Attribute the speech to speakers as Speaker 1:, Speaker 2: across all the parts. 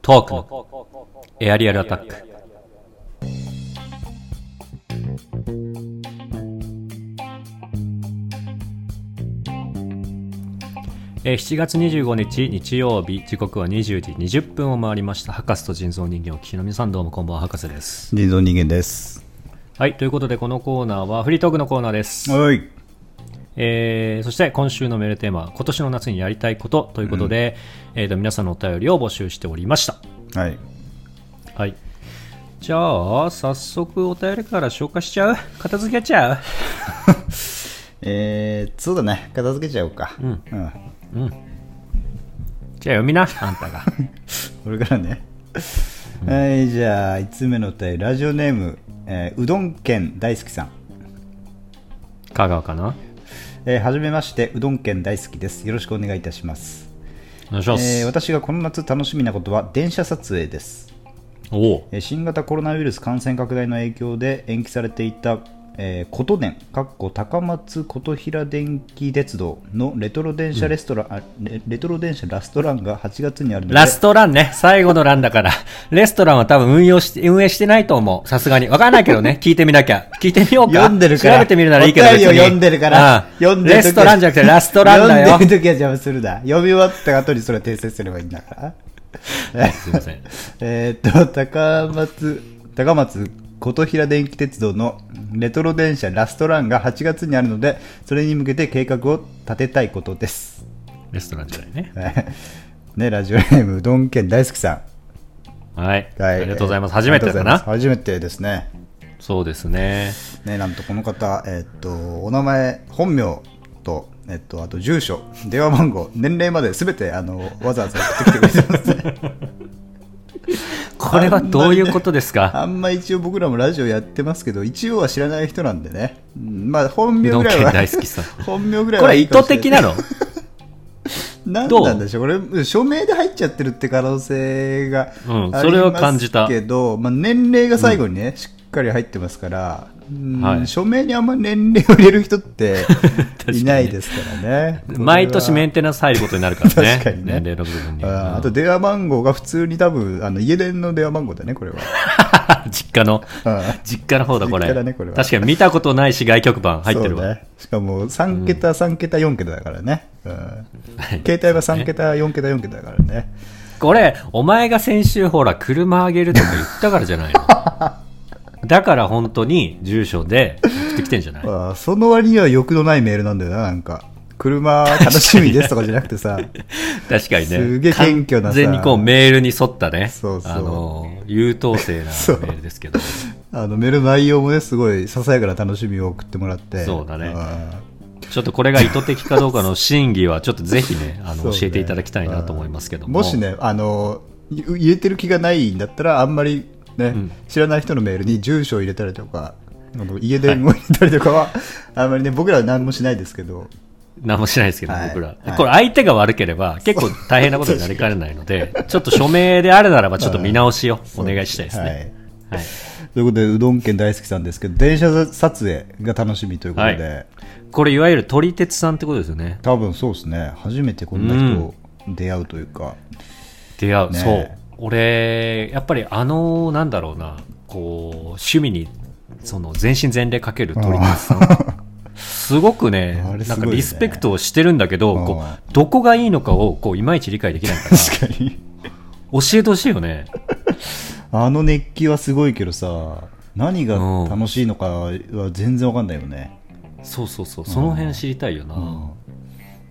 Speaker 1: トークのエアリアルアタックえー7月25日日曜日時刻は20時20分を回りました博士と人造人間をお聞きの皆さんどうもこんばんは博士です
Speaker 2: 人造人間です。
Speaker 1: はいということでこのコーナーはフリートークのコーナーです
Speaker 2: はい。
Speaker 1: えーそして今週のメールテーマは今年の夏にやりたいことということで、えーと皆さんのお便りを募集しておりました
Speaker 2: はい。
Speaker 1: はいじゃあ早速お便りから消化しちゃう片付けちゃう
Speaker 2: えー、そうだね。片付けちゃおうか。うん。
Speaker 1: じゃあ読みなあんたが
Speaker 2: これからね。はい、じゃあ、5つ目のお便り、ラジオネーム、えーうどん県大好きさん。
Speaker 1: 香川かな
Speaker 2: えーはじめまして、うどん県大好きです。よろしくお願いいたします。
Speaker 1: お願いします、
Speaker 2: えー私がこの夏楽しみなことは、電車撮影です。
Speaker 1: おお
Speaker 2: えー新型コロナウイルス感染拡大の影響で延期されていた、えー琴電かっこ高松琴平電気鉄道のレトロ電車レストラン、あレレトロ電車ラストランが8月にあるので
Speaker 1: ラストランね最後のランだからレストランは多分運用して運営してないと思うさすがにわからないけど ね聞いてみなきゃ聞いてみようか
Speaker 2: 読んでるから
Speaker 1: 調べてみるならいいけど
Speaker 2: お便りを
Speaker 1: 別に
Speaker 2: 読んでるから
Speaker 1: うん
Speaker 2: 読んでる時は
Speaker 1: レストランじゃなくてラストランだよ
Speaker 2: 読んでる時は邪魔するな読み終わった後にそれは訂正すればいいんだから
Speaker 1: すいません
Speaker 2: えーっと、 高松、高松琴平電気鉄道のレトロ電車ラストランが8月にあるので、それに向けて計画を立てたいことです。
Speaker 1: レストランじゃないね
Speaker 2: ね、ラジオネーム、うどん県大好きさ
Speaker 1: はい、
Speaker 2: ん。はい
Speaker 1: ありがとうございます
Speaker 2: えー
Speaker 1: 初めてか
Speaker 2: ありがと
Speaker 1: な
Speaker 2: うございます初めてですね。
Speaker 1: そうですね
Speaker 2: ね、なんとこの方、えーっと、お名前、本名と、えっと、あと住所、電話番号、年齢まで全て、あの、わざわざ送ってきてくれてますね。
Speaker 1: これはどういうことですか
Speaker 2: あんま一応僕らもラジオやってますけど、一応は知らない人なんでね。うんまあ本名ぐらいう
Speaker 1: どん県
Speaker 2: は。
Speaker 1: 大好きさん
Speaker 2: 本名ぐらい
Speaker 1: こ
Speaker 2: は
Speaker 1: れ
Speaker 2: い
Speaker 1: 意
Speaker 2: いかも
Speaker 1: 図
Speaker 2: しれい
Speaker 1: 的 なの
Speaker 2: なん
Speaker 1: どう
Speaker 2: なんでしょうこれ、署名で入っちゃってるって可能性があり
Speaker 1: うん
Speaker 2: ます
Speaker 1: それは感じた
Speaker 2: けど、まあ、年齢が最後にね、しっかり入ってますから、うん
Speaker 1: はい
Speaker 2: 署名にあんま年齢を入れる人って
Speaker 1: に
Speaker 2: いないですからね。
Speaker 1: 毎年メンテナンス入ることになるからね
Speaker 2: 確かにね
Speaker 1: 年齢の部分に
Speaker 2: あーあと電話番号が普通に多分、あの家電の電話番号だね、これは。
Speaker 1: 実家の
Speaker 2: うん
Speaker 1: 実家の方だこれ
Speaker 2: 実家だねこれは
Speaker 1: 確かに見たことない市外局番入ってるわ、
Speaker 2: そうね、しかも3桁、3桁、4桁だからね、うん 携帯は3桁、4桁、4桁だか らね、
Speaker 1: これお前が先週ほら車あげるとか言ったからじゃないの だから本当に住所で送ってきてんじゃない
Speaker 2: あーその割には欲のないメールなんだよな、なんか、車楽しみですとかじゃなく てさ、
Speaker 1: 確かにね
Speaker 2: すげえ謙虚な
Speaker 1: 完
Speaker 2: さ
Speaker 1: 全にこうメールに沿ったね
Speaker 2: そうそう
Speaker 1: あの優等生なメ
Speaker 2: そう
Speaker 1: ールですけど
Speaker 2: あのメールの内容もね、すごいささやかな楽しみを送ってもらって、
Speaker 1: そうだね
Speaker 2: ん
Speaker 1: ちょっとこれが意図的かどうかの真偽はちょっとぜひねあの
Speaker 2: そうね
Speaker 1: 教えていただきたいなと思いますけども
Speaker 2: もしね、あのい言えてる気がないんだったら、あんまりね、知らない人のメールに住所を入れたりとか、あの家電を入れたりとかは、あんまりね、僕らは何もしないですけど。
Speaker 1: 何もしないですけど、
Speaker 2: はい
Speaker 1: 僕ら
Speaker 2: は。い
Speaker 1: これ相手が悪ければ結構大変なことになりかねないので、ちょっと署名であるならばちょっと見直しをお願いしたいです
Speaker 2: は
Speaker 1: ね。
Speaker 2: い
Speaker 1: はい。
Speaker 2: ということで、うどん県大好きさんですけど、電車撮影が楽しみということで、
Speaker 1: はこれいわゆる撮り鉄さんってことですよね。
Speaker 2: 多分そうですね、初めてこんな人出会うというか、
Speaker 1: 出会う。
Speaker 2: ねえ
Speaker 1: そう。俺、やっぱりあの、なんだろうな、こう、趣味に、その全身全霊かける撮り鉄さん。すごくね
Speaker 2: あれす
Speaker 1: な
Speaker 2: ごい
Speaker 1: ん
Speaker 2: ね
Speaker 1: かリスペクトをしてるんだけど、
Speaker 2: うん
Speaker 1: こうどこがいいのかをこういまいち理解できないから、教
Speaker 2: 確かに、
Speaker 1: えてほしいよね。
Speaker 2: あの熱気はすごいけどさ、何が楽しいのかは全然わかんないよね。
Speaker 1: そうそうそう、その辺知りたいよな。
Speaker 2: うん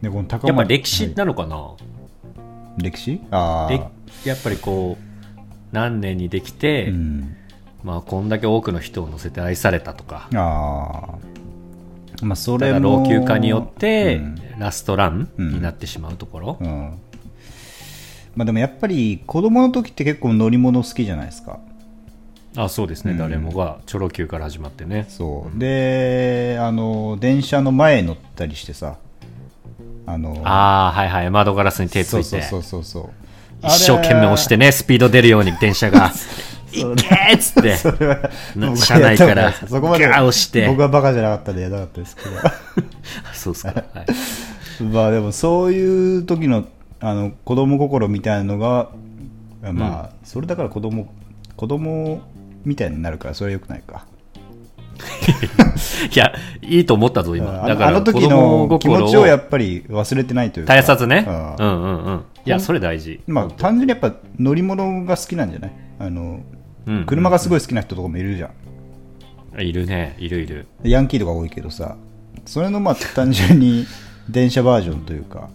Speaker 2: でこの高
Speaker 1: やっぱ
Speaker 2: 松
Speaker 1: 歴
Speaker 2: は
Speaker 1: 史
Speaker 2: い
Speaker 1: なのかな、
Speaker 2: 歴史あ
Speaker 1: で
Speaker 2: あ、
Speaker 1: やっぱりこう何年にできて、
Speaker 2: うん、
Speaker 1: まあ、こんだけ多くの人を乗せて愛されたとか
Speaker 2: ああ、まあ、そ
Speaker 1: た
Speaker 2: れ
Speaker 1: だ老
Speaker 2: も
Speaker 1: 朽化によって、
Speaker 2: うん
Speaker 1: ラストラン
Speaker 2: うん
Speaker 1: になってしまうところ、
Speaker 2: うんまあ、でもやっぱり子供の時って結構乗り物好きじゃないですか
Speaker 1: あそうですね、
Speaker 2: うん
Speaker 1: 誰もがチョロ Q から始まってね
Speaker 2: そうであの電車の前乗ったりしてさあの
Speaker 1: ああはいはい窓ガラスに手つい
Speaker 2: そう
Speaker 1: て
Speaker 2: そうそうそうそう
Speaker 1: 一生懸命押 してねスピード出るように電車が「いけ!」っつって
Speaker 2: あれは
Speaker 1: な
Speaker 2: 僕は
Speaker 1: 車内から
Speaker 2: やったことないですそこまで
Speaker 1: ガー押して
Speaker 2: 僕はバカじゃなかったんでやらなかったですけ ど
Speaker 1: そうっすか、はい、
Speaker 2: まあでもそういう時のあの子供心みたいなのがまあ、それだから子供子供みたいになるからそれはよくないか
Speaker 1: いや、いいと思ったぞ、今。
Speaker 2: あ
Speaker 1: だ
Speaker 2: の
Speaker 1: か
Speaker 2: あ
Speaker 1: ら、
Speaker 2: の
Speaker 1: 子
Speaker 2: 時
Speaker 1: 供
Speaker 2: の気
Speaker 1: 心
Speaker 2: 持ちをや
Speaker 1: を
Speaker 2: っぱり忘れてないというか
Speaker 1: 絶やさずね。う
Speaker 2: うん
Speaker 1: んうんうん。いや、それ大事。
Speaker 2: まあ単純にやっぱ乗り物が好きなんじゃないあの
Speaker 1: うん
Speaker 2: 車がすごい好きな人とかもいるじゃん
Speaker 1: いるね、いるいる。
Speaker 2: ヤンキーとか多いけどさそれのまあ単 純に電車バージョンというか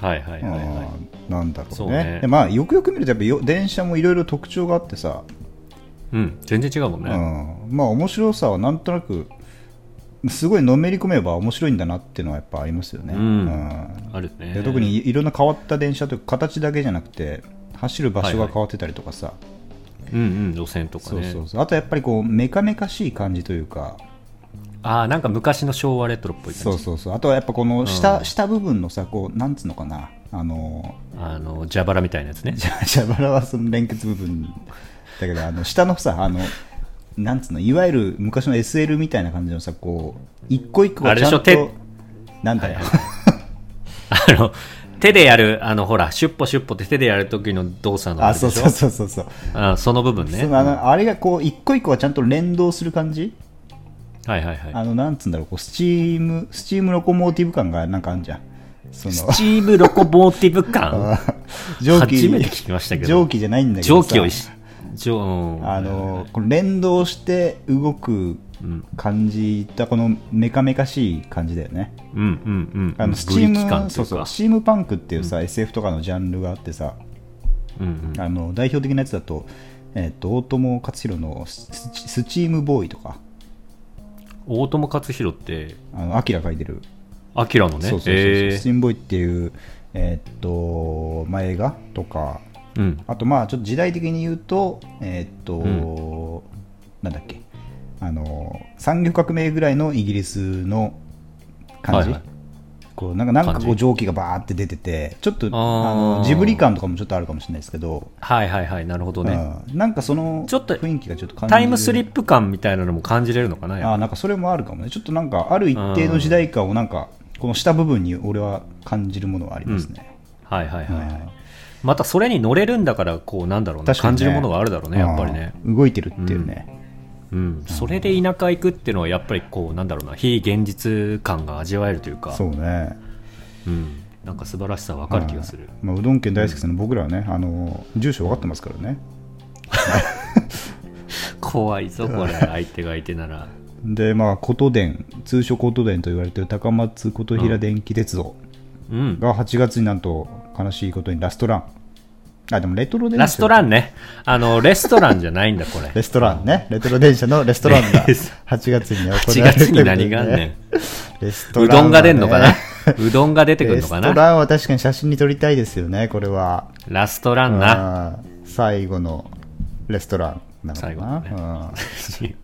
Speaker 1: はいはいはいは
Speaker 2: うんなんだろ
Speaker 1: そうう
Speaker 2: ね
Speaker 1: ね
Speaker 2: でまあよくよく見るとやっぱよ電車もいろいろ特徴があってさ、
Speaker 1: い。うん、全然違うもん
Speaker 2: う
Speaker 1: ね。
Speaker 2: ん、まあ面白さはなんとなくすごいのめり込めば面白いんだなっていうのはやっぱありますよね、
Speaker 1: うん
Speaker 2: うん
Speaker 1: あるね
Speaker 2: で。特にいいろんな変わった電車というか形だけじゃなくて走る場所が変わってたりとかさ、
Speaker 1: うんうん、路線とか
Speaker 2: そう
Speaker 1: ね
Speaker 2: そ。うそうあとやっぱりこうメカメカしい感じというか
Speaker 1: ああ、なんか昔の昭和レトロっぽい
Speaker 2: そう
Speaker 1: 感じ。
Speaker 2: そうそうあとはやっぱこの下,、下部分のさこうなんつうのかなあの
Speaker 1: あの、蛇腹みたいなやつね。
Speaker 2: じゃ蛇腹はその連結部分だけどあの下のさあのなんつうのいわゆる昔の SL みたいな感じのさこう一個一個がちゃん
Speaker 1: あれでしょ
Speaker 2: となんだよ、
Speaker 1: あの、手でやる、あの、ほら、シュッポシュッポって手でやる時の動作の
Speaker 2: あ
Speaker 1: あれ
Speaker 2: そ
Speaker 1: で
Speaker 2: う
Speaker 1: しょ
Speaker 2: そうそうそうそう、
Speaker 1: あその部分ね。
Speaker 2: そのあのあれがこう一個一個がちゃんと連動する感じ
Speaker 1: はいはいはい。
Speaker 2: あのなんつうんだろうこうスチームスチームロコモーティブ感がなんかあるじゃんそ の
Speaker 1: スチームロコモーティブ感
Speaker 2: 蒸気
Speaker 1: 初めて聞きましたけど
Speaker 2: 蒸気じゃないんだけど
Speaker 1: 蒸
Speaker 2: さ
Speaker 1: 気をいし、蒸うん
Speaker 2: あのこの連動して動く感じたこのメカメカしい感じだよね
Speaker 1: うんうんうん。
Speaker 2: あのスチー
Speaker 1: ブリキ感と
Speaker 2: ムそ
Speaker 1: いうう
Speaker 2: そう
Speaker 1: か。
Speaker 2: スチームパンクっていうさ、SF とかのジャンルがあってさ
Speaker 1: うんうん。
Speaker 2: あの代表的なやつだと,、えー、と大友克洋のス「スチームボーイ」とか
Speaker 1: 大友克洋って、
Speaker 2: あのアキラが書いてる、
Speaker 1: アキラのね。
Speaker 2: そうそうそうそう
Speaker 1: え
Speaker 2: スチームボーイっていう、えーっとまあ、映画とか
Speaker 1: ーうん。
Speaker 2: あとまあちょっと時代的に言うとえーっと、なんだっけあの産業革命ぐらいのイギリスの感
Speaker 1: は
Speaker 2: じ、
Speaker 1: いはい
Speaker 2: こうなんかなんかこ
Speaker 1: 感
Speaker 2: う
Speaker 1: じ
Speaker 2: 蒸気がバーって出ててちょっとあ
Speaker 1: ー
Speaker 2: のジブリ感とかもちょっとあるかもしれないですけど、
Speaker 1: はいはいはい。なるほどね。
Speaker 2: うんなんかその
Speaker 1: ちょっと
Speaker 2: 雰囲気がちょっと感じる
Speaker 1: タイムスリップ感みたいなのも感じれるのかな、
Speaker 2: あ
Speaker 1: やっ
Speaker 2: ーなんかそれもあるかもねちょっとなんかある一定の時代感をなんかこの下部分に俺は感じるものはありますね、
Speaker 1: ぱはいはいはいはい。
Speaker 2: うん
Speaker 1: またそれに乗れるんだから、こう、なんだろうな、
Speaker 2: 確かに
Speaker 1: 感
Speaker 2: ね
Speaker 1: じるものがあるだろうね、やっぱりね。
Speaker 2: あー動いてるっていうね、
Speaker 1: うん。それで田舎行くっていうのは、やっぱりこう、なんだろうな、非現実感が味わえるというか、
Speaker 2: そうね
Speaker 1: うん。なんか素晴らしさわかる気がする
Speaker 2: はい。まあ、うどん県大好きさんの僕らはねあの住所分かってますからね
Speaker 1: 怖いぞ、これ。相手が相手なら。
Speaker 2: でまあ琴電通称琴電と言われている高松琴平電気鉄道
Speaker 1: うん。
Speaker 2: が8月になんと悲しいことにラストランあでもレトロ電車
Speaker 1: ラストランね。あの、レストランじゃないんだ、これ。
Speaker 2: レストランねレトロ電 車のレストランが
Speaker 1: レス
Speaker 2: 8月に行われて
Speaker 1: 8
Speaker 2: るんで
Speaker 1: 月に何があんね
Speaker 2: レス
Speaker 1: ん。
Speaker 2: ト
Speaker 1: う
Speaker 2: ラ
Speaker 1: どん
Speaker 2: ンはね
Speaker 1: が出んのかなうどんが出てくる
Speaker 2: レ
Speaker 1: の
Speaker 2: ス
Speaker 1: か
Speaker 2: ト
Speaker 1: な
Speaker 2: ランは確かに写真に撮りたいですよねこれは
Speaker 1: ラストランな。
Speaker 2: うん最後のレストランなのか
Speaker 1: 最後のね
Speaker 2: な、うん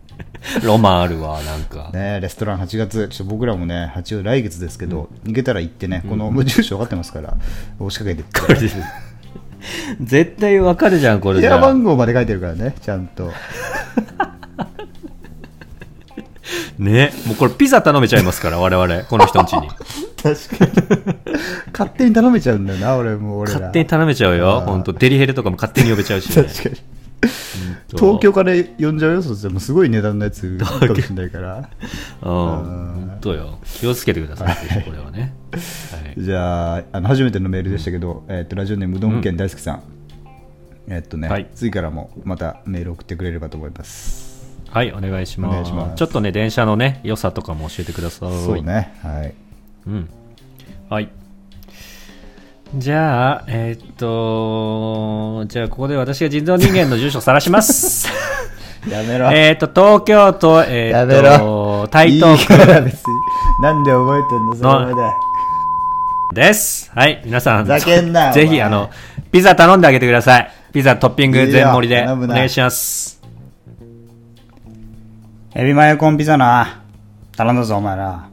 Speaker 1: ロマンあるわ、なんか。
Speaker 2: ね、レストラン8月、ちょっと僕らもね、8月、来月ですけど、行けたら行ってね、この、もう住所分かってますから、押しかけてって。
Speaker 1: 絶対わかるじゃん、これ
Speaker 2: 部
Speaker 1: じゃ
Speaker 2: 屋
Speaker 1: あ。
Speaker 2: 番号まで書いてるからね、ちゃんと。
Speaker 1: ね。もうこれピザ頼めちゃいますから、我々。この人ん ちに。
Speaker 2: 確かに。勝手に頼めちゃうんだよな、俺も、俺ら。
Speaker 1: 勝手に頼めちゃうよ。ほんと。デリヘルとかも勝手に呼べちゃうしね、
Speaker 2: 確かに。
Speaker 1: ほん
Speaker 2: 東
Speaker 1: と
Speaker 2: 京から呼んじゃうよ、そしてもうすごい値段のやつかもしれないか
Speaker 1: う
Speaker 2: ら。
Speaker 1: ん。ほんとよ。気をつけてください、ぜひこれはね。はい。
Speaker 2: じゃあ、あの初めてのメールでしたけど、えっとラジオネームうどん県大好きさん。えっとね、
Speaker 1: はい
Speaker 2: 次からもまたメール送ってくれればと思います。
Speaker 1: はい、お願いし
Speaker 2: お願
Speaker 1: ま
Speaker 2: い
Speaker 1: す。
Speaker 2: します
Speaker 1: ちょっとね、電車のね、良さとかも教えてください。
Speaker 2: そうね、はい。
Speaker 1: うん。はい。じゃあ、えーっと、じゃあ、ここで私が人造人間の住所を晒し ます。
Speaker 2: やめろ。
Speaker 1: えーっと、東京都、え
Speaker 2: やめ
Speaker 1: ーっと、
Speaker 2: ろ
Speaker 1: 台東
Speaker 2: いい
Speaker 1: 区
Speaker 2: から別に。なんで覚えてんのそれま
Speaker 1: です。はい、皆さん、
Speaker 2: ふざけんな
Speaker 1: ぜ
Speaker 2: お前
Speaker 1: ひ、あの、ピザ頼んであげてください。ピザトッピング全盛り
Speaker 2: いい
Speaker 1: でお
Speaker 2: よ頼むな
Speaker 1: 願いします。
Speaker 2: で。エビマヨコンピザな。頼んだぞ、お前ら。